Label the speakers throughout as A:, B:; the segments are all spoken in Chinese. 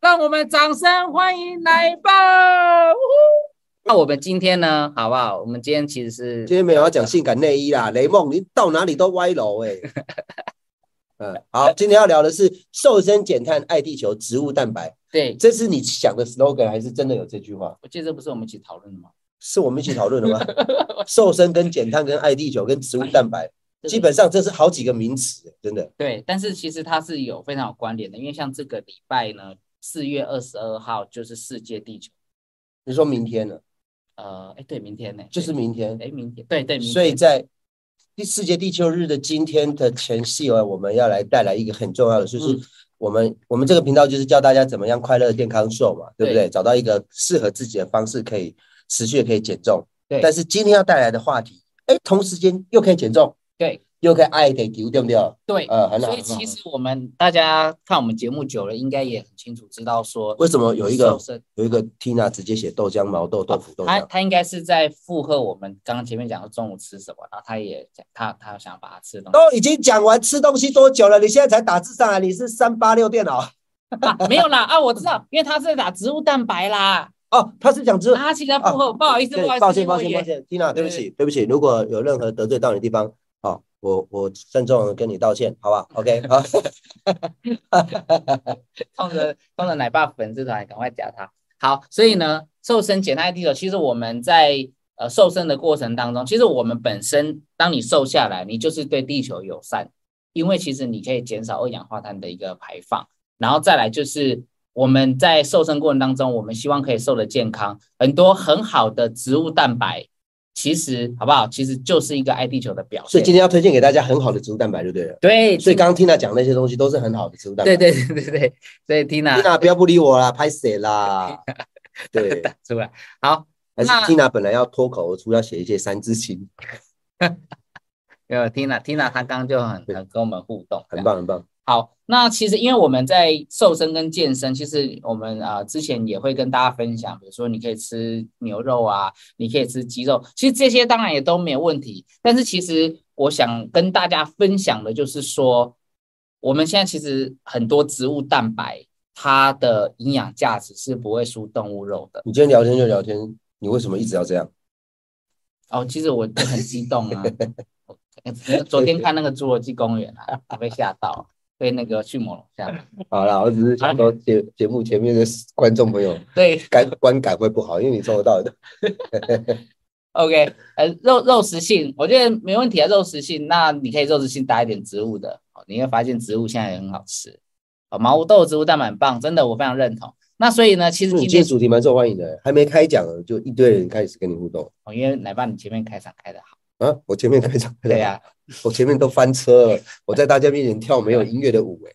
A: 让我们掌声欢迎来吧！呜呼那我们今天呢，好不好？我们今天其实是
B: 今天没有要讲性感内衣啦，雷梦，你到哪里都歪楼哎、欸。嗯，好，今天要聊的是瘦身减碳爱地球植物蛋白，
A: 对，
B: 这是你想的 slogan 还是真的有这句话？
A: 我记得这不是我们一起讨论的吗？
B: 是我们一起讨论的吗？瘦身跟减碳跟爱地球跟植物蛋白，
A: 这个
B: 基本上这是好几个名词、真的。
A: 对，但是其实它是有非常有关联的，因为像这个礼拜呢，四月二十二号就是世界地球，
B: 你说明天呢？
A: 呃，哎，对，明天呢，
B: 就是明天，
A: 哎，明天，对对，明
B: 所以
A: 天
B: 在第世界地球日的今天的前夕啊，我们要来带来一个很重要的，就是
A: 嗯
B: 我们、我们这个频道就是教大家怎么样快乐健康瘦嘛，对不对？
A: 对
B: 找到一个适合自己的方式，可以持续地可以减重。
A: 对
B: 但是今天要带来的话题，哎，同时间又可以减重，
A: 对，
B: 又可以爱地球，对不对？
A: 对，
B: 呃，很好。
A: 所以
B: 很好
A: 其实我们大家看我们节目久了，应该也很清楚知道说
B: 为什么有一个
A: 瘦啊身
B: 有一个 Tina 直接写豆浆、毛豆、豆腐、豆
A: 他
B: 浆？
A: 他应该是在附和我们刚刚前面讲的中午吃什么，然后他也讲他他想把它吃的东
B: 都已经讲完吃东西多久了？你现在才打字上来，你是三八六电脑
A: 西、啊、没有啦啊，我知道，因为他是在打植物蛋白啦，
B: 哦？他是讲这
A: 啊，他其实在 附和我，不好意思，
B: 对
A: 不好意思，
B: 抱歉，
A: 因为
B: 抱
A: 我
B: 歉，
A: 也
B: 抱歉，Tina，对不
A: 对
B: 起，对不起，如果有任何得罪到你的地方，好，我我郑重地跟你道歉，好不好？OK，好，
A: 冲着冲着奶爸粉丝团赶快加他。好，所以呢，瘦身减碳地球，其实我们在呃瘦身的过程当中，其实我们本身当你瘦下来，你就是对地球友善，因为其实你可以减少二氧化碳的一个排放，然后再来就是。我们在瘦身过程当中，我们希望可以瘦得健康，很多很好的植物蛋白，其实好不好？其实就是一个爱地球的表
B: 所
A: 现
B: 以。今天要推荐给大家很好的植物蛋白，就对了。
A: 对，
B: 所以刚刚 Tina 讲那些东西都是很好的植物蛋白。
A: 对对对对对，所以 Tina
B: ，Tina 不要不理我啦，拍谁 啦？对，
A: 打出来。好，
B: 还是
A: 那
B: Tina 本来要脱口而出要写一些三字经，
A: 没有 Tina Tina，她刚刚就很
B: 对
A: 很跟我们互动，
B: 很。棒 很棒。
A: 好，那其实因为我们在瘦身跟健身，其实我们啊、呃之前也会跟大家分享，比如说你可以吃牛肉啊，你可以吃鸡肉，其实这些当然也都没有问题。但是其实我想跟大家分享的就是说，我们现在其实很多植物蛋白，它的营养价值是不会输动物肉的。
B: 你今天聊天就聊天，你为什么一直 要这样？
A: 哦，其实我就很激动 啊！我昨天看那个《侏罗纪公园》啊，我被吓到，被那个迅猛龙吓到。
B: 好啦，我只是想说节节目前面的观众朋友
A: 对
B: 感观感会不好，因为你做得到的。
A: ，OK，呃，肉肉食性，我觉得没问题啊，肉食性。那你可以肉食性搭一点植物的，哦你会发现植物现在也很好吃。哦，毛豆植物蛋白很棒，真的我非常认同。那所以呢，其实
B: 你
A: 今
B: 今天
A: 天
B: 主题蛮受欢迎的，还没开讲就一堆人开始跟你互动
A: 哦，因为奶爸你前面开场开的好，
B: 啊！我前面开场，
A: 对啊呀、
B: 我前面都翻车了，我在大家面前跳没有音乐的舞、欸，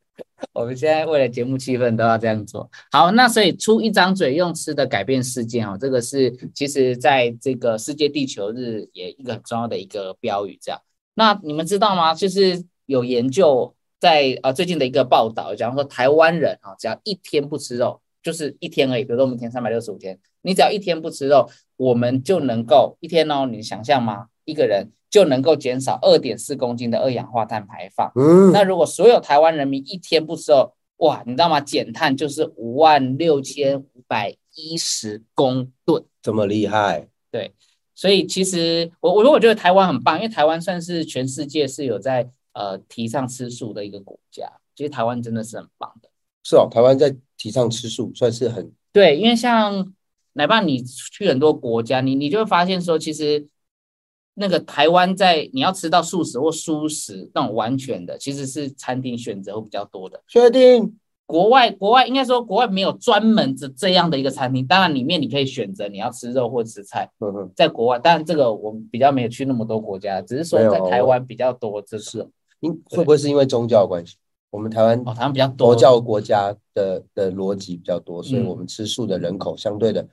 A: 我们现在为了节目气氛都要这样做。好，那所以出一张嘴用吃的改变世界哦，这个是其实在这个世界地球日也一个很重要的一个标语。这样，那你们知道吗？就是有研究在呃最近的一个报道，讲说台湾人啊，只要一天不吃肉，就是一天而已，比如说我们一天三百六十五天，你只要一天不吃肉，我们就能够一天哦，你想象吗？一个人就能够减少二点四公斤的二氧化碳排放。
B: 嗯，
A: 那如果所有台湾人民一天不吃肉，哇，你知道吗？减碳就是五万六千五百一十公吨。
B: 这么厉害，
A: 所以其实我我我觉得台湾很棒，因为台湾算是全世界是有在呃提倡吃素的一个国家。其实台湾真的是很棒的。
B: 是哦，台湾在提倡吃素，算是很
A: 对，因为像哪怕你去很多国家，你你就会发现说，其实那个台湾在你要吃到素食或蔬食那种完全的，其实是餐厅选择会比较多的。
B: 确定。
A: 国外国外应该说国外没有专门的这样的一个餐厅，当然里面你可以选择你要吃肉或吃菜，
B: 嗯哼，
A: 在国外，当然这个我们比较没有去那么多国家，只是说
B: 没有
A: 在台湾比较多这是
B: 因会不会是因为宗教的关系？我们台湾
A: 哦，台湾比较多
B: 佛教国家的的逻辑比较多，所以
A: 嗯
B: 我们吃素的人口相对的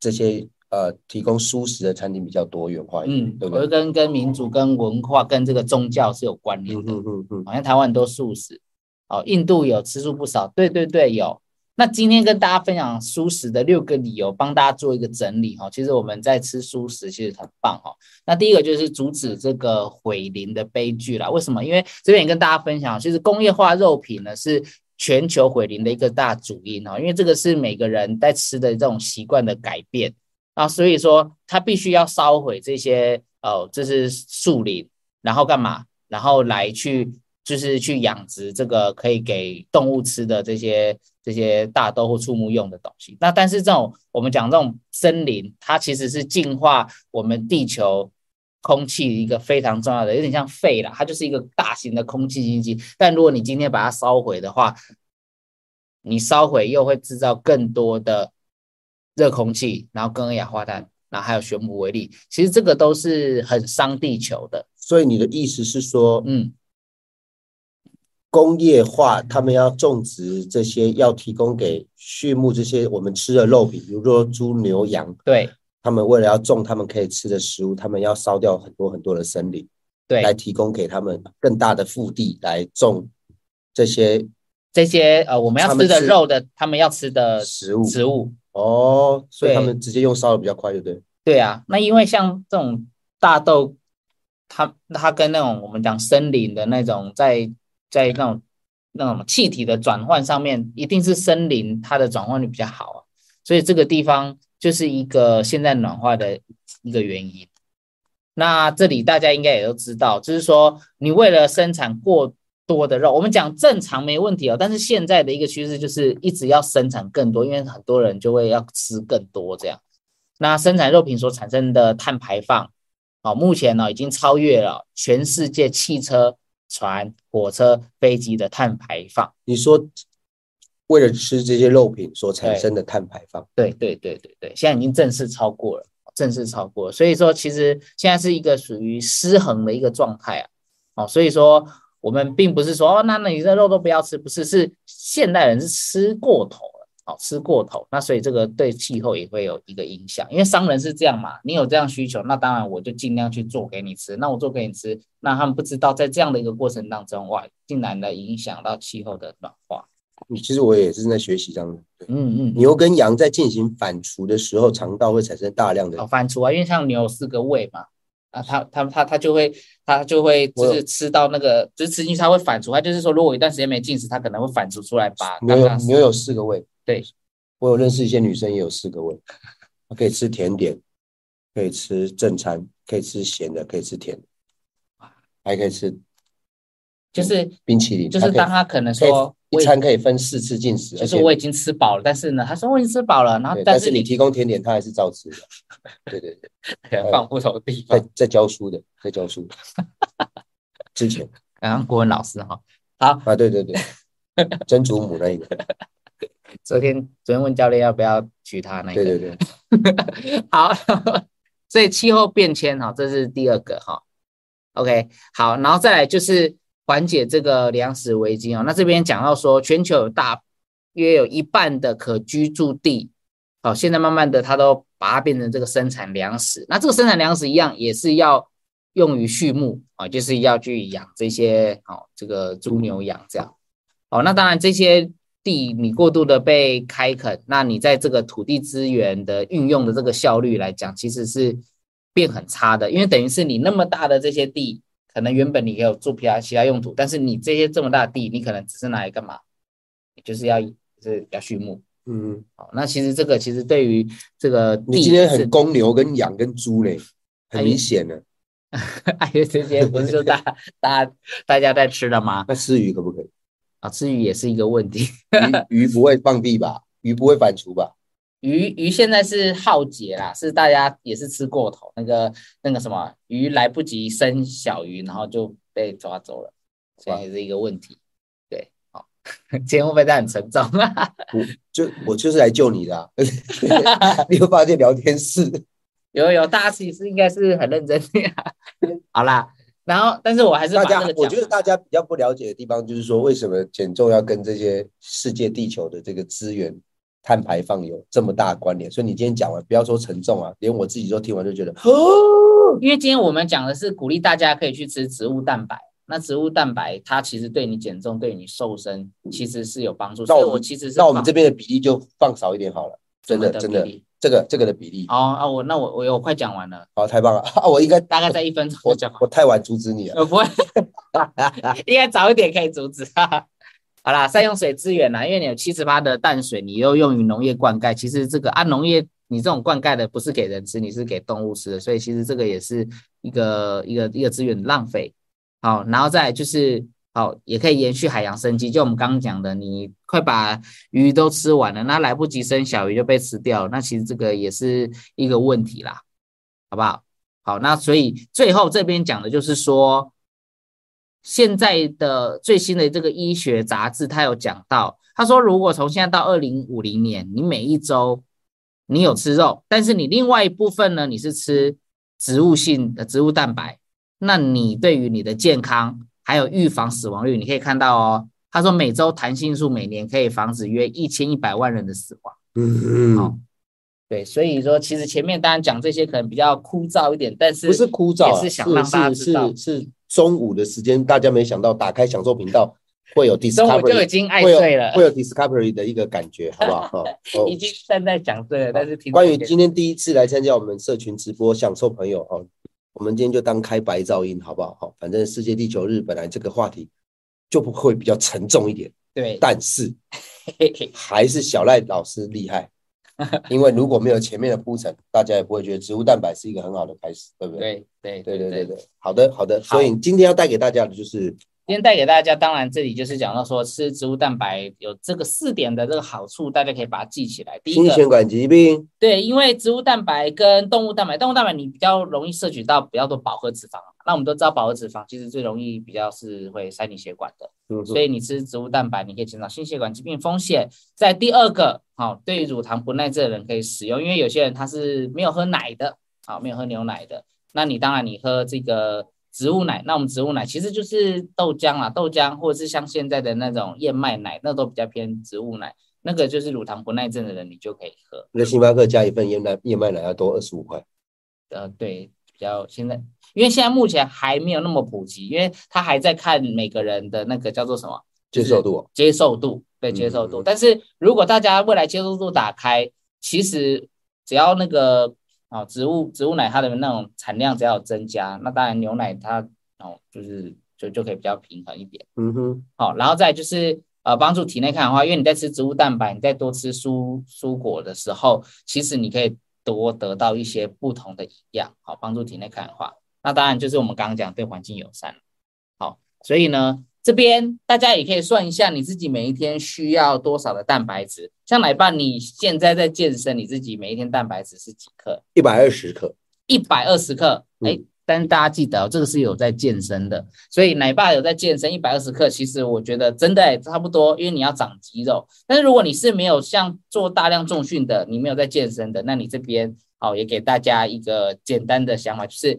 B: 这些呃提供素食的餐厅比较多元化一点，
A: 嗯，
B: 对
A: 我
B: 不对
A: 觉？得跟跟民族、跟文化、跟这个宗教是有关联
B: 嗯
A: 的。
B: 嗯嗯嗯，
A: 好像台湾很多素食，哦，印度有吃素不少，对对对，有。那今天跟大家分享素食的六个理由，帮大家做一个整理哦。其实我们在吃素食其实很棒哦。那第一个就是阻止这个毁林的悲剧啦。为什么？因为这边也跟大家分享，其实工业化肉品呢是全球毁林的一个大主因哦，因为这个是每个人在吃的这种习惯的改变啊，所以说它必须要烧毁这些哦，这是树林，然后干嘛？然后来去就是去养殖这个可以给动物吃的这些这些大豆或畜牧用的东西。那但是这种我们讲这种森林，它其实是净化我们地球空气一个非常重要的，有点像肺啦，它就是一个大型的空气清新机。但如果你今天把它烧毁的话，你烧毁又会制造更多的热空气，然后跟二氧化碳，然后还有悬浮微粒，其实这个都是很伤地球的。
B: 所以你的意思是说，
A: 嗯，
B: 工业化他们要种植这些，要提供给畜牧这些我们吃的肉品，比如说猪、牛、羊，
A: 对
B: 他们为了要种他们可以吃的食物，他们要烧掉很多很多的森林，
A: 对，
B: 来提供给他们更大的腹地来种这些
A: 这些呃我们要
B: 他
A: 吃
B: 们
A: 的
B: 吃
A: 肉的，他们要吃的
B: 食物。
A: 植物，
B: 哦，所以
A: 对
B: 他们直接用烧的比较快，对不对？
A: 对啊，那因为像这种大豆，它它跟那种我们讲森林的那种在在那种那种气体的转换上面，一定是森林它的转换率比较好啊，所以这个地方就是一个现在暖化的一个原因。那这里大家应该也都知道，就是说你为了生产过多的肉，我们讲正常没问题哦，但是现在的一个趋势就是一直要生产更多，因为很多人就会要吃更多这样。那生产肉品所产生的碳排放，哦，目前呢、已经超越了全世界汽车、船、火车、飞机的碳排放。
B: 你说为了吃这些肉品所产生的碳排放，
A: 对对对对对，现在已经正式超过了，正式超过了。所以说，其实现在是一个属于失衡的一个状态啊。哦，所以说我们并不是说哦，那那你的肉都不要吃，不是，是现代人是吃过头了，哦，吃过头。那所以这个对气候也会有一个影响，因为商人是这样嘛，你有这样需求，那当然我就尽量去做给你吃。那我做给你吃，那他们不知道在这样的一个过程当中，哇，竟然的影响到气候的暖化。
B: 你其实我也是在学习当中。对
A: 嗯嗯，
B: 牛跟羊在进行反刍的时候，肠道会产生大量的
A: 好反刍啊，因为像牛有四个胃嘛，啊，它它它它就会它就会就
B: 我有
A: 是吃到那个，就是吃进去它会反刍，它就是说如果一段时间没进食，它可能会反刍出来把
B: 牛
A: 刚
B: 有
A: 刚
B: 牛有四个胃，
A: 对
B: 我有认识一些女生也有四个胃，可以吃甜点，可以吃正餐，可以吃咸的，可以吃甜的，还可以吃
A: 就是
B: 冰淇淋，
A: 就是当
B: 它
A: 他可能
B: 可以
A: 说
B: 可
A: 我
B: 以一
A: 已
B: 餐可以分四次进食，
A: 就
B: 而
A: 是
B: 且
A: 我已经吃饱了，但是呢，他说我已经吃饱了，然后
B: 对但
A: 是
B: 是你提供甜点，它还是 照吃的。对对对，
A: 放不同地方
B: 在，在教书的，在教书之前
A: 刚刚国文老师哈，
B: 啊，对对对，曾祖母那一个，
A: 昨天昨天问教练要不要娶她那个，
B: 对对 对，
A: 好，所以气候变迁哈，这是第二个哈。OK，好，然后再来就是缓解这个粮食危机哦。那这边讲到说，全球有大约有一半的可居住地，哦，现在慢慢的它都把它变成这个生产粮食。那这个生产粮食一样也是要用于畜牧啊、哦，就是要去养这些哦，这个猪牛羊这样。哦，那当然这些地你过度的被开垦，那你在这个土地资源的运用的这个效率来讲，其实是变很差的，因为等于是你那么大的这些地，可能原本你也有做其他其他用途，但是你这些这么大的地，你可能只是拿来干嘛？就是要就是要畜牧。
B: 嗯，
A: 哦，那其实这个其实对于这个地
B: 你今天
A: 是
B: 很公牛跟羊跟猪嘞，很明显的，
A: 哎呦，这些不是就大大大家在吃的吗？
B: 那吃鱼可不可以？
A: 啊，吃鱼也是一个问题。
B: 鱼鱼不会放屁吧？鱼不会反刍吧？
A: 鱼鱼现在是浩劫啦，是大家也是吃过头，那个那个什么鱼来不及生小鱼，然后就被抓走了，所以也是一个问题。对，好， 今天会不会这样很沉重啊？
B: 就我就是来救你的、啊， 你会发现聊天室
A: 啊 有有，大家其实应该是很认真的、好啦，然后但是我还是把
B: 大
A: 这
B: 家
A: 个，
B: 我
A: 讲
B: 觉得
A: 完
B: 大家比较不了解的地方，就是说为什么减重要跟这些世界地球的这个资源碳排放有这么大的关联。所以你今天讲完，不要说沉重啊，连我自己都听完就觉得，
A: 因为今天我们讲的是鼓励大家可以去吃植物蛋白。那植物蛋白它其实对你减重、对你瘦身其实是有帮助，
B: 那
A: 所以
B: 我们
A: 我其实是
B: 那我们
A: 把
B: 这边的比例就放少一点好了。真的
A: 我
B: 真
A: 比
B: 的，
A: 例
B: 这个这个的比例，
A: 哦啊，我那我我我快讲完了，
B: 好，太棒了！啊、我应该
A: 大概在一分钟就
B: 我
A: 讲完。
B: 我太晚阻止你了。
A: 我不会，应该早一点可以阻止。哈哈啊好啦，善用水资源啦，因为你有七十八的淡水，你又用于农业灌溉，其实这个按啊农业你这种灌溉的不是给人吃，你是给动物吃的，所以其实这个也是一个一个一个资源的浪费。好，然后再来就是好，也可以延续海洋生机，就我们刚刚讲的，你快把鱼都吃完了，那来不及生小鱼就被吃掉了，那其实这个也是一个问题啦，好不好？好，那所以最后这边讲的就是说。现在的最新的这个医学杂志，它有讲到，他说如果从现在到二零五零年，你每一周你有吃肉，但是你另外一部分呢，你是吃植物性的植物蛋白，那你对于你的健康还有预防死亡率，你可以看到哦。他说每周弹性素每年可以防止约一千一百万人的死亡。
B: 嗯
A: 好，对，所以说其实前面当然讲这些可能比较枯燥一点，但是
B: 不是枯燥啊，
A: 也是想让大家
B: 是
A: 知道
B: 是，是中午的时间，大家没想到打开享受频道会有
A: 中午就已呃
B: Discovery，
A: 经爱
B: 会有
A: 睡了
B: 会。有 Discovery 的一个感觉，好不 好？哈、哦
A: 已经站在讲这个，但是听
B: 关于
A: 这
B: 今天第一次来参加我们社群直播享受朋友哦，我们今天就当开白噪音好不好？好，反正世界地球日本来这个话题就不会比较沉重一点，
A: 对，
B: 但是还是小赖老师厉害，因为如果没有前面的铺陈，大家也不会觉得植物蛋白是一个很好的开始，对不对？
A: 对对
B: 对
A: 对
B: 对对对，好的好的，所以今天要带给大家的就是
A: 今天带给大家，当然这里就是讲到说吃植物蛋白有这个四点的这个好处，大家可以把它记起来。第一
B: 心血
A: 个，
B: 管疾病，
A: 对，因为植物蛋白跟动物蛋白，动物蛋白你比较容易摄取到比较多饱和脂肪，那我们都知道饱和脂肪其实最容易比较是会塞你血管的。
B: 嗯
A: 所以你吃植物蛋白，你可以减少心血管疾病风险。在第二个，好、对于乳糖不耐症的人可以使用，因为有些人他是没有喝奶的，好、没有喝牛奶的，那你当然你喝这个植物奶，那我们植物奶其实就是豆浆啦，豆浆或者是像现在的那种燕麦奶，那都比较偏植物奶，那个就是乳糖不耐症的人你就可以喝。
B: 那星巴克加一份燕麦燕麦奶要多二十五块，
A: 呃，对，比较现在，因为现在目前还没有那么普及，因为他还在看每个人的那个叫做什么。
B: 接受度哦，
A: 接受度，对接受度。但是如果大家未来接受度打开，其实只要那个啊、哦植物植物奶它的那种产量只要有增加，那当然牛奶它哦就是就就可以比较平衡一点。
B: 嗯哼，
A: 好、然后再来就是呃帮助体内抗氧化，因为你在吃植物蛋白，你在多吃蔬蔬果的时候，其实你可以多得到一些不同的营养，好、帮助体内抗氧化。那当然就是我们刚刚讲对环境友善，好、所以呢这边大家也可以算一下你自己每一天需要多少的蛋白质，像奶爸你现在在健身，你自己每一天蛋白质是几克？
B: 一百二十克，
A: 一百二十克，哎、
B: 嗯
A: 但是大家记得、哦，这个是有在健身的，所以奶爸有在健身一百二十克，其实我觉得真的、哎差不多，因为你要长肌肉。但是如果你是没有像做大量重训的，你没有在健身的，那你这边哦也给大家一个简单的想法，就是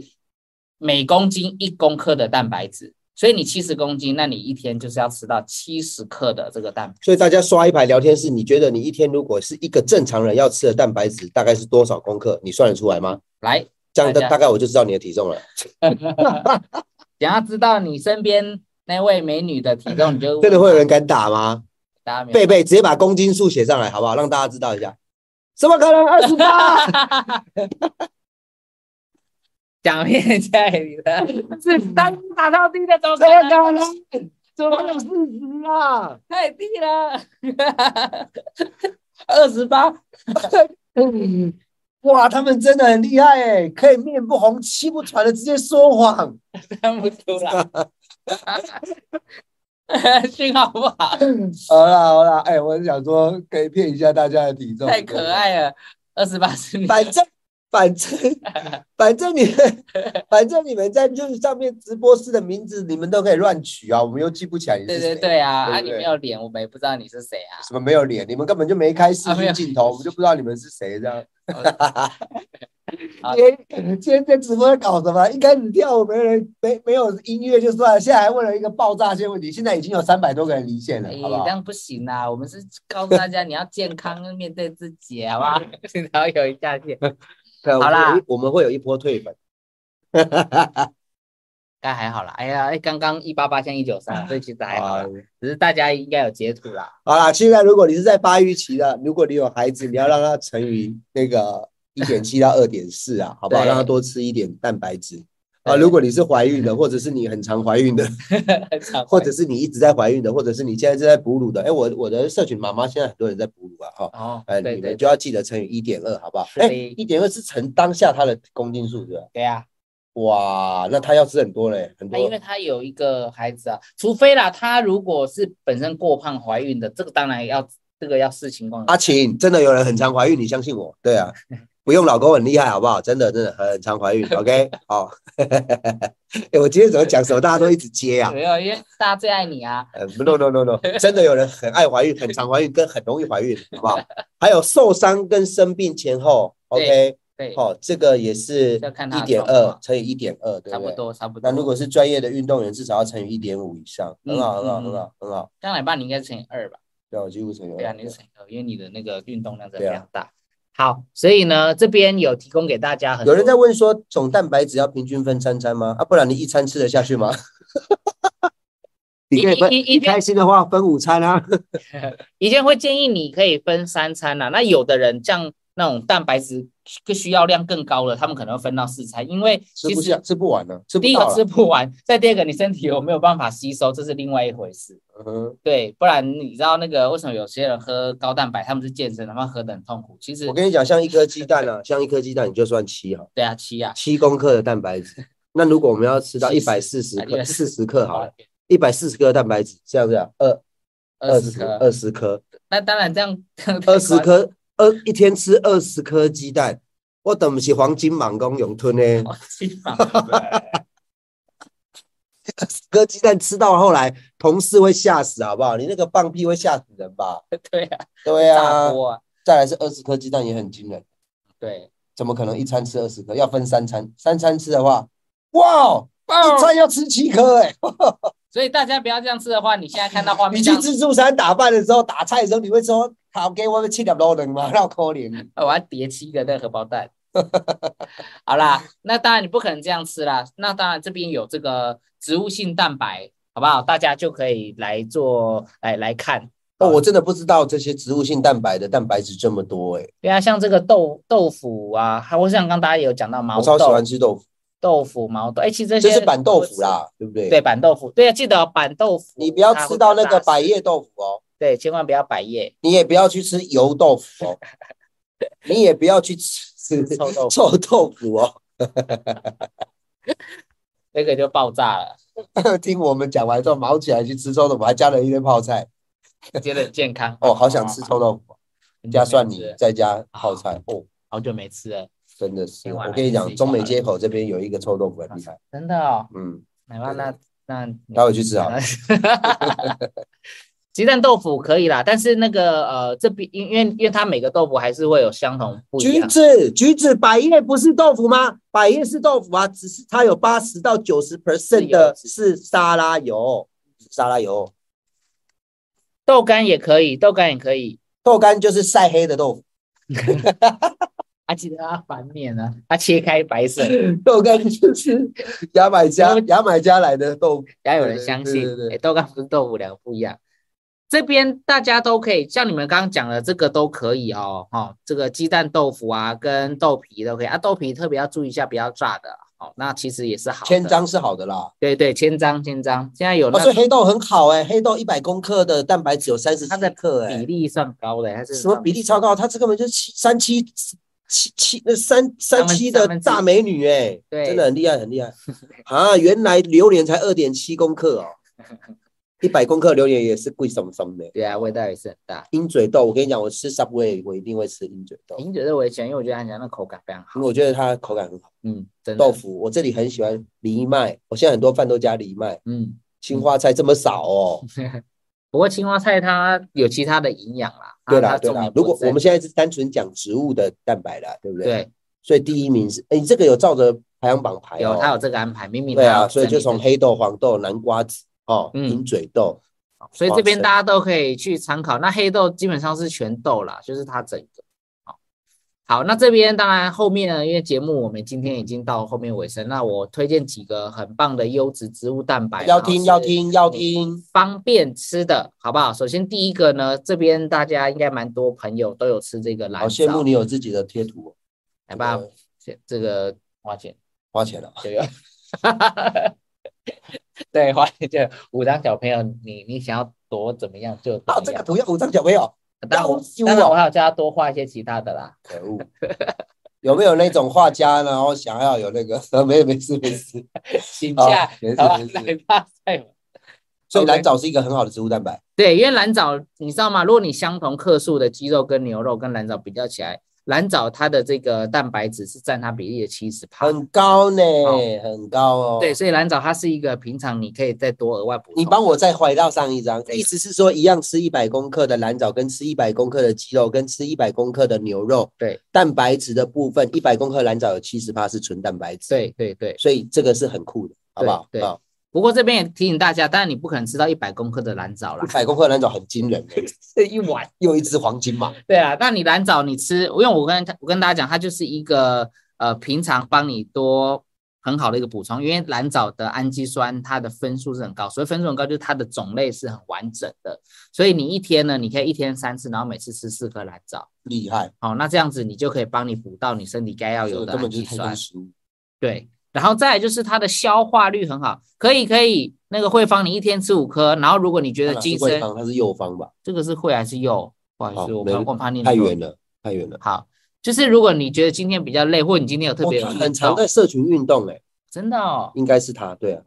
A: 每公斤一公克的蛋白质。所以你七十公斤，那你一天就是要吃到七十克的这个蛋白。
B: 所以大家刷一排聊天室，你觉得你一天如果是一个正常人要吃的蛋白质大概是多少公克？你算得出来吗？
A: 来，
B: 这样
A: 大
B: 大
A: 家
B: 大概我就知道你的体重了。
A: 想要知道你身边那位美女的体重，你就
B: 真的会有人敢打吗？
A: 大家没有
B: 贝贝直接把公斤数写上来，好不好？让大家知道一下。怎么可能二十八？
A: 讲骗家里的，是单打到地的，怎么
B: 怎么
A: 可
B: 可能
A: 能？？ 怎么
B: 哪有四十啊？
A: 太低了？ 二十八，
B: 嗯，哇，他们真的很厉害哎，可以面不红气不喘的直接说谎。
A: 看不出来。 信号不好，
B: 好啦好啦，哎，我是想说可以骗一下大家的体重。
A: 太可爱了。二十八是你，
B: 反正 反正反正你们反正你们在 YouTube 上面直播室的名字，你们都可以乱取啊，我们又记不起来你是
A: 对对
B: 谁。
A: 对啊！
B: 对
A: 啊，
B: 对
A: 你
B: 对
A: 没有脸，我们也不知道你是谁啊。
B: 什么没有脸，你们根本就没开视
A: 啊没
B: 讯
A: 有哦
B: 镜头，我们就不知道你们是 谁这样。
A: 好
B: 今天今天在直播在搞什么？一开始跳舞没人没没有音乐就算了，现在还问了一个爆炸性问题，现在已经有三百多个人离线了
A: 哎，，
B: 好不好
A: 这？样不行啊！我们是告诉大家，你要健康面对自己，好不 好？然后有一下线，
B: 对
A: 好啦，
B: 我们会有一我们会有一波退粉。
A: 该还好啦。哎呀，哎，刚刚一八八像一九三，所以其实还哎好啦
B: 好。
A: 只是大家应该有截图啦。
B: 好啦，现在如果你是在发育期的，如果你有孩子，你要让他乘以那个一点七到二点四啊，好不好？
A: 对
B: 让他多吃一点蛋白质。啊，如果你是怀孕的，或者是你很常怀孕的，
A: 很常
B: 或者是你一直在怀孕的，或者是你现在正在哺乳的，哎，我我的社群妈妈现在很多人在哺乳啊，哈、
A: 哦，
B: 哎，
A: 对
B: 你
A: 对
B: 们就要记得乘以一点二，好不好？
A: 是的
B: 哎，一点二是乘当下它的公斤数，对吧？
A: 对啊，
B: 哇，那它要吃很多嘞，很
A: 那因
B: 多
A: 为。她有一个孩子啊，除非啦，她如果是本身过胖怀孕的，这个当然要这个要视情况。
B: 阿琴，真的有人很常怀孕，你相信我？对啊，不用老公很厉害，好不好？真的真的很常怀孕，OK？好， 哎，我今天怎么讲什么，大家都一直接 啊。
A: 没有，因为大家最爱你啊，
B: 呃，no no no no，真的有人很爱怀孕，很常怀孕，跟很容易怀孕，好不好？还有受伤跟生病前后，OK，
A: 对，
B: 好、哦这个也是
A: 要看他
B: 一
A: 的
B: 点
A: 状
B: 二
A: 况
B: 乘以一点二，对
A: 差
B: 不
A: 不
B: 对？
A: 多差不多。
B: 那如果是专业的运动员，至少要乘以一点五以上，很好，
A: 嗯
B: 很好，
A: 嗯
B: 很好，很好。
A: 刚来吧，你应该是乘以二吧？
B: 对啊，我几乎乘以
A: 对啊，
B: 二
A: 你是乘以二，因为你的那个运动量真的
B: 对
A: 非
B: 啊
A: 常大。好，所以呢，这边有提供给大家很
B: 啊有人
A: 多
B: 在问说，总蛋白质要平均分三餐吗？啊，不然你一餐吃得下去吗？你可以分
A: 一一一
B: 你开心的话分午餐啊。
A: 以前会建议你可以分三餐啦、那有的人像那种蛋白质需需要量更高的，他们可能会分到四餐，因为
B: 吃
A: 其
B: 不下，
A: 实
B: 吃不完了，吃不
A: 第一
B: 到
A: 个
B: 了。
A: 吃不完，再第二个你身体有没有办法吸收，这是另外一回事。
B: 嗯哼
A: 对，不然你知道那个为什么有些人喝高蛋白，他们是健身，他们喝得很痛苦。其实
B: 我跟你讲，像一颗鸡蛋啊，像一颗鸡蛋，你就算七哈，
A: 对啊，七啊，
B: 七公克的蛋白质。那如果我们要吃到一百四十
A: 40
B: 克，四十克好了，
A: 好
B: 一百四十克的蛋白质，这样子啊，二
A: 二十
B: 十
A: 颗。
B: 二十颗，
A: 那当然这样
B: 二十颗二一天吃二十颗鸡蛋，我等不起黄金蟒公永吞呢、
A: 好奇嘛， 对啊不对
B: 哥鸡蛋吃到后来，同事会吓死，好不好？你那个放屁会吓死人吧？
A: 对啊，
B: 对
A: 炸
B: 啊，
A: 锅啊，
B: 再来是二十颗鸡蛋也很惊人，
A: 对，
B: 怎么可能一餐吃二十颗？要分三餐，三餐吃的话，哇，一餐要吃七颗哎、
A: 所以大家不要这样吃的话，你现在看到画
B: 你
A: 面这
B: 去
A: 样，
B: 自助餐打饭的时候，打菜的时候，你会说好给我们七点多人 吗？那可怜。
A: 呃我要叠七个那个荷包蛋。 好啦，那当然你不可能这样吃啦。那当然这边有这个植物性蛋白，好不好？大家就可以来做来来看。
B: 哦，我真的不知道这些植物性蛋白的蛋白质这么多哎、
A: 对啊，像这个豆豆腐啊，还我想刚大家有讲到毛
B: 我超喜欢
A: 豆、
B: 吃豆腐，
A: 豆腐、毛豆，哎，其实这
B: 这
A: 些
B: 是板豆腐，啦，对不对？
A: 对，板豆腐，对啊，记得哦板豆腐，
B: 你不要
A: 它会
B: 吃到
A: 比
B: 那
A: 较
B: 个
A: 扎
B: 百
A: 实，
B: 叶豆腐哦。
A: 对，千万不要百叶，
B: 你也不要去吃油豆腐哦，你也不要去 吃
A: 臭豆腐
B: 臭豆腐哦。
A: 那个就爆炸了。
B: 听我们讲完之后，毛起来去吃臭豆腐，还加了一堆泡菜。
A: 觉得很健康
B: 哦，好想吃臭豆腐，
A: 啊很久
B: 加
A: 没
B: 蒜
A: 吃
B: 泥
A: 了，
B: 再加泡菜，哦，
A: 好久没吃啊了，
B: 真的是。
A: 今晚
B: 我
A: 来
B: 跟你
A: 试
B: 讲，
A: 一下
B: 中美街口这边有一个臭豆腐很厉害，
A: 真的哦。
B: 嗯，
A: 没办法，那那
B: 待会去吃好了。啊
A: 鸡蛋豆腐可以啦，但是那个呃，这边因因为因为它每个豆腐还是会有相同不一
B: 橘
A: 样。
B: 子，橘子，百叶不是豆腐吗？百叶是豆腐啊，只是它有八十到九十 percent 的是沙拉油，沙拉油。
A: 豆干也可以，豆干也可以。
B: 豆干就是晒黑的豆腐。
A: 啊，记得它反面呢、它切开白 色，
B: 豆干 就是牙买加
A: 嗯
B: 牙买加来的豆腐，
A: 要有人相信。
B: 对对对对
A: 诶豆干不是豆腐，两个不一样。这边大家都可以，像你们刚刚讲的这个都可以哦，哦，这个鸡蛋豆腐啊，跟豆皮都可以啊。豆皮特别要注意一下，不要炸的哦。那其实也是好的。
B: 千张是好的啦。
A: 对对，千张千张，现在有
B: 哦，
A: 那
B: 所以
A: 个
B: 黑豆很好哎、黑豆一百公克的蛋白质有三十
A: 它的
B: 克哎、
A: 比例算高的，还是
B: 什么比例超高？它这根本就是七三七七七那三三七的
A: 三分之一
B: 大美女哎、
A: 对
B: 真的很厉害很厉害啊！原来榴莲才二点七公克哦，一百公克榴莲也是贵松松的。
A: 对啊，味道也是很大。
B: 鹰嘴豆，我跟你讲，我吃 Subway 我一定会吃鹰嘴豆，
A: 您觉得我也喜欢，因为我觉得它讲那口感非常好
B: 因为。我觉得它的口感很好。
A: 嗯，真的
B: 豆。腐，我这里很喜欢藜麦，我现在很多饭都加藜麦。
A: 嗯，
B: 青花菜这么少哦？
A: 不过青花菜它有其他的营养啦。它
B: 对
A: 啊它
B: 啦对
A: 重
B: 啦
A: 点，不
B: 如果
A: 在
B: 我们现在是单纯讲植物的蛋白啦，对不对？。
A: 对
B: 所以第一名是，哎，你这个有照着排行榜排
A: 有它有
B: 哦。
A: 这个安排，明明
B: 对
A: 它
B: 啊，
A: 有
B: 所以
A: 整
B: 就
A: 理
B: 从
A: 这
B: 黑豆、黄豆、南瓜子哦，
A: 嗯
B: 鹰嘴豆，
A: 些，所以这边
B: 花生
A: 大家都可以去参考。那黑豆基本上是全豆啦，就是它整个。好好，那这边当然后面呢，因为节目我们今天已经到后面尾声，那我推荐几个很棒的优质植物蛋白，
B: 要
A: 然后
B: 听
A: 是
B: 要听要听。
A: 方便吃的，好不好？首先第一个呢，这边大家应该蛮多朋友都有吃这个蓝
B: 好
A: 藻，
B: 羡慕你有自己的贴图哦，
A: 来吧
B: 这个，
A: 这这个花钱
B: 花钱了。
A: 这个 对，花莲就有五张小朋友，你你想要多怎么样就怎
B: 啊，
A: 么
B: 这个
A: 样。
B: 图要五张小 朋友，
A: 当然我
B: 要修
A: 当然我
B: 哦，
A: 还有叫他多画一些其他的啦。
B: 可恶！有没有那种画家，然后想要有那个？ 没有，没事没事，
A: 请
B: 好
A: 假，
B: 没事
A: 好吧
B: 没，
A: 奶
B: 事。
A: 爸在。
B: 所以
A: OK
B: 蓝藻是一个很好的植物蛋白，
A: 对，因为蓝藻你知道吗？如果你相同克数的鸡肉跟牛肉跟蓝藻比较起来，蓝藻它的这个蛋白质是占它比例的七十趴。
B: 很高呢
A: 啊好，
B: 很高哦。
A: 对，所以蓝藻它是一个平常你可以再多额外补充。
B: 你帮我再回到上一章，意思是说，一样吃一百公克的蓝藻，跟吃一百公克的鸡肉，跟吃一百公克的牛肉，
A: 对
B: 蛋白质的部分，一百公克蓝藻有七十八是纯蛋白质，，
A: 对对对，
B: 所以这个是很酷的，好不好？哦
A: 对对
B: 好，
A: 不过这边也提醒大家，当然你不可能吃到一百公克的蓝藻啦
B: 一，百公克蓝藻很惊人欸，
A: 这一碗。
B: 又一只黄金嘛，
A: 对啊，那你蓝藻你吃，因为我跟我跟大家讲，它就是一个呃平常帮你多很好的一个补充，因为蓝藻的氨基酸它的分数是很高，所以分数很高就是它的种类是很完整的，所以你一天呢，你可以一天三次，然后每次吃四颗蓝藻，
B: 厉害，
A: 好、那这样子你就可以帮你补到你身体该要
B: 这
A: 有
B: 个
A: 的
B: 根
A: 氨
B: 本就
A: 基
B: 是太空
A: 酸，
B: 食物，
A: 对。然后再来就是它的消化率很好，可以可以，那个慧芳你一天吃五颗，然后如果你觉
B: 它
A: 得
B: 哪
A: 精
B: 是贵
A: 神
B: 方，它是右方吧？
A: 这个是会还是右，不好意
B: 好
A: 思，我
B: 没
A: 怕我怕念
B: 太
A: 错
B: 远了，太远了。
A: 好，就是如果你觉得今天比较累，或你今天有特
B: 我
A: 别有
B: 很
A: 运
B: 常
A: 动，
B: 在社群运动，哎，
A: 真的哦，
B: 应该是它，对啊，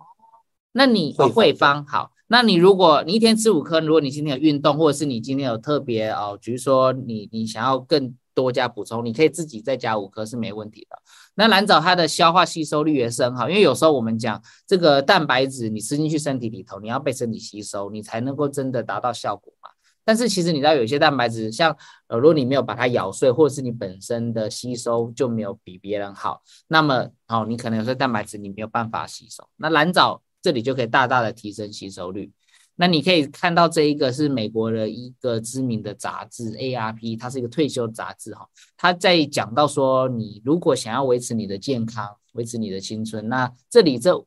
A: 那你
B: 会
A: 哦
B: 方
A: 会方好，那你如果你一天吃五颗，如果你今天有运动，或者是你今天有特别哦，比如说你你想要更多加补充，你可以自己再加五颗是没问题的。那蓝藻它的消化吸收率也是很好，因为有时候我们讲这个蛋白质你吃进去身体里头，你要被身体吸收，你才能够真的达到效果嘛。但是其实你知道，有一些蛋白质，像呃，如果你没有把它咬碎，或者是你本身的吸收就没有比别人好，那么哦，你可能有些蛋白质你没有办法吸收。那蓝藻这里就可以大大的提升吸收率。那你可以看到这一个是美国的一个知名的杂志 ARP，它是一个退休杂志哈，它在讲到说，你如果想要维持你的健康，维持你的青春，那这里这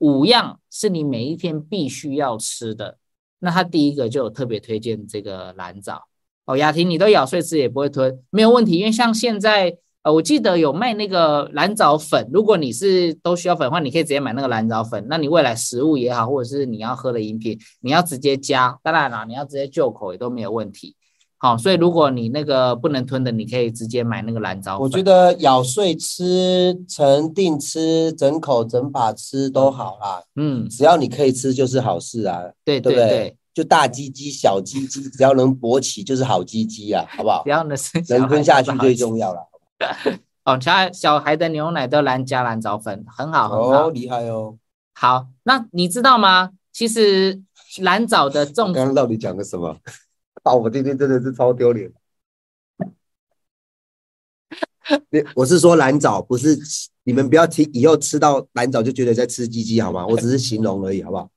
A: 五样是你每一天必须要吃的。那它第一个就有特别推荐这个蓝藻哦，雅婷你都咬碎吃也不会吞，没有问题，因为像现在呃，我记得有卖那个蓝藻粉，如果你是都需要粉的话，你可以直接买那个蓝藻粉。那你未来食物也好，或者是你要喝的饮品，你要直接加，当然啦，你要直接就口也都没有问题。好，所以如果你那个不能吞的，你可以直接买那个蓝藻粉。
B: 我觉得咬碎吃、成定吃、整口整把吃都好啦，
A: 嗯，
B: 只要你可以吃就是好事啊，
A: 对
B: 对
A: 对
B: 不
A: 对，
B: 就大鸡鸡、小鸡鸡，只要能勃起就是好鸡鸡啊，好不好
A: 只？要能生小
B: 能
A: 孩
B: 吞下
A: 就
B: 去
A: 好
B: 最重要了。
A: 哦，小孩小孩的牛奶都蓝加蓝藻粉，很好很好。
B: 哦，厉害哦！
A: 好，那你知道吗？其实蓝藻的种
B: 刚刚到底讲的什么？ 啊，我今天真的是超丢脸。你我是说蓝藻，不是你们不要听，以后吃到蓝藻就觉得在吃鸡鸡，好吗？我只是形容而已，好不好？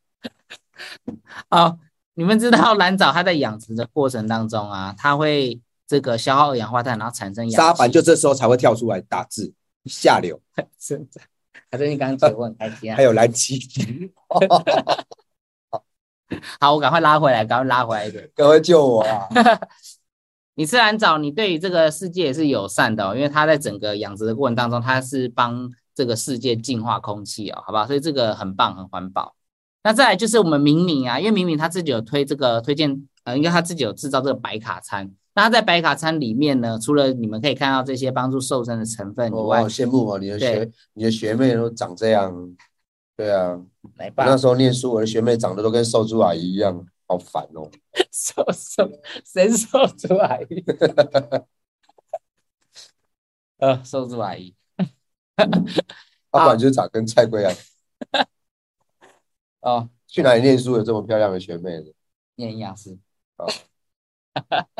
B: 嗯
A: 哦，你们知道蓝藻它在养殖的过程当中啊，它会这个消耗二氧化碳，然后产生氧
B: 沙板
A: 气
B: 就这时候才会跳出来打字，下流，
A: 真的。反正你刚刚结婚很开心啊
B: 还。有蓝鸡，
A: 好，我赶快拉回来，赶快拉回来一点。
B: 赶快救我啊！
A: 你吃蓝藻，你对于这个世界也是友善的、哦，因为它在整个养殖的过程当中，它是帮这个世界净化空气哦，好不好？所以这个很棒，很环保。那再来就是我们明明啊，因为明明他自己有推这个推荐，呃，应该他自己有制造这个白卡餐。那他在白卡餐里面呢，除了你们可以看到这些帮助瘦身的成分以
B: 我
A: 外，
B: 好羡慕哦，你的学
A: 对
B: 你的学妹都长这样，对啊，我
A: 来吧，
B: 那时候念书，我的学妹长得都跟瘦猪阿姨一样，好烦哦。
A: 瘦瘦谁是瘦猪阿姨？ 呃，瘦猪阿姨。
B: 她
A: 好
B: 啊不然就是长跟蔡圭一样。
A: 哦，
B: 去哪里念书有这么漂亮的学妹呢？
A: 念营养师。
B: 好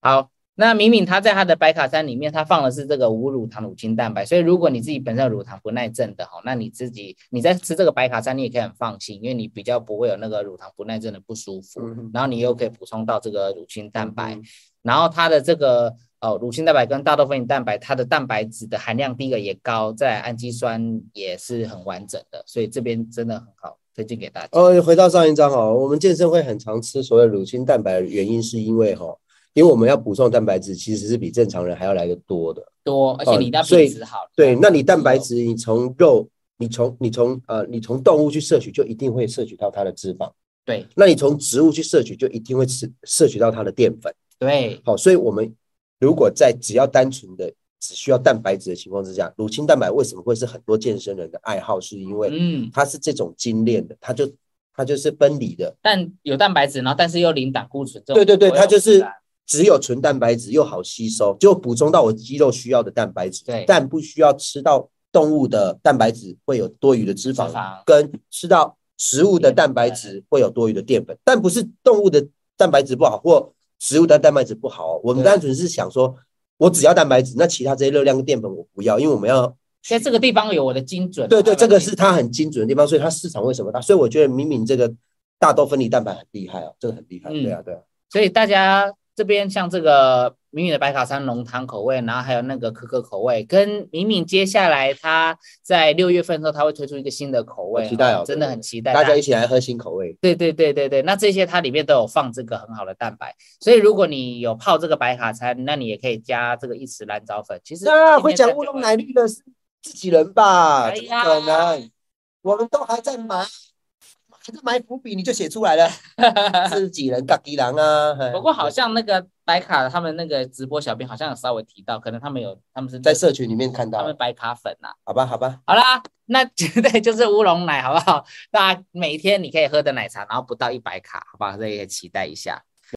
A: 好，那敏敏她在她的白卡餐里面，她放的是这个无乳糖乳清蛋白，所以如果你自己本身有乳糖不耐症的哈，那你自己你在吃这个白卡餐，你也可以很放心，因为你比较不会有那个乳糖不耐症的不舒服，
B: 嗯
A: 然后你又可以补充到这个乳清蛋白，然后它的这个呃乳清蛋白跟大豆粉饮蛋白，它的蛋白质的含量第一个也高，再来氨基酸也是很完整的，所以这边真的很好，推荐给大家。
B: 哦，回到上一章哦，我们健身会很常吃所谓乳清蛋白的原因，是因为哈、哦，因为我们要补充的蛋白质其实是比正常人还要来的多的。
A: 多，而且你一定要
B: 哦所以
A: 品质好。
B: 对，
A: 你
B: 那
A: 要
B: 你蛋白质你从肉你从你从呃你从动物去摄取，就一定会摄取到它的脂肪。
A: 对
B: 那你从植物去摄取，就一定会吃摄取到它的淀粉。
A: 对
B: 好、所以我们如果在只要单纯的只需要蛋白质的情况之下，乳清蛋白为什么会是很多健身人的爱好？是因为
A: 嗯，
B: 它是这种精炼的，它就它就是分离的，
A: 但有蛋白质，然后但是又零胆固醇这种，
B: 对对对
A: 我有
B: 它就是
A: 吃啊
B: 只有纯蛋白质又好吸收，就补充到我肌肉需要的蛋白质
A: 对，
B: 但不需要吃到动物的蛋白质会有多余的脂肪，
A: 脂肪
B: 跟吃到食物
A: 淀
B: 的
A: 粉
B: 蛋白质会有多余的淀粉，但不是动物的蛋白质不好或食物的蛋白质不好哦、我们
A: 对
B: 单纯是想说，我只要蛋白质，那其他这些热量跟淀粉我不要，因为我们要
A: 在这个地方有我的精准，
B: 对
A: 蛋
B: 对，
A: 白
B: 这个
A: 质
B: 是它很精准的地方，所以它市场为什么大？所以我觉得明明这个大豆分离蛋白很厉害啊，这个很厉害，
A: 嗯
B: 对啊对啊，
A: 所以大家这边像这个敏敏的白卡山浓汤口味，然后还有那个可可口味，跟敏敏接下来他在六月份的时候，他会推出一个新的口味、
B: 我期待哦
A: 真的很期待
B: 大家一起来喝新口味。
A: 对对对对对，那这些它里面都有放这个很好的蛋白，所以如果你有泡这个白卡餐，那你也可以加这个一匙蓝藻粉。其实
B: 啊，
A: 今
B: 会
A: 天
B: 讲
A: 在
B: 乌
A: 台
B: 龙
A: 湾
B: 奶绿的是自己人吧？
A: 哎
B: 怎么
A: 呀
B: 可能？我们都还在埋，还在埋伏笔，你就写出来了。自己人，嘎吉狼啊！嘿
A: 不过好像那个白卡他们那个直播小编好像有稍微提到，可能他们有他们是
B: 在社群里面看
A: 他
B: 到
A: 们，白卡粉啊。
B: 好吧，好吧，
A: 好啦， 那对就是乌龙奶好不好？那每天你可以喝的奶茶，然后不到一百卡，好不好？这也期待一下。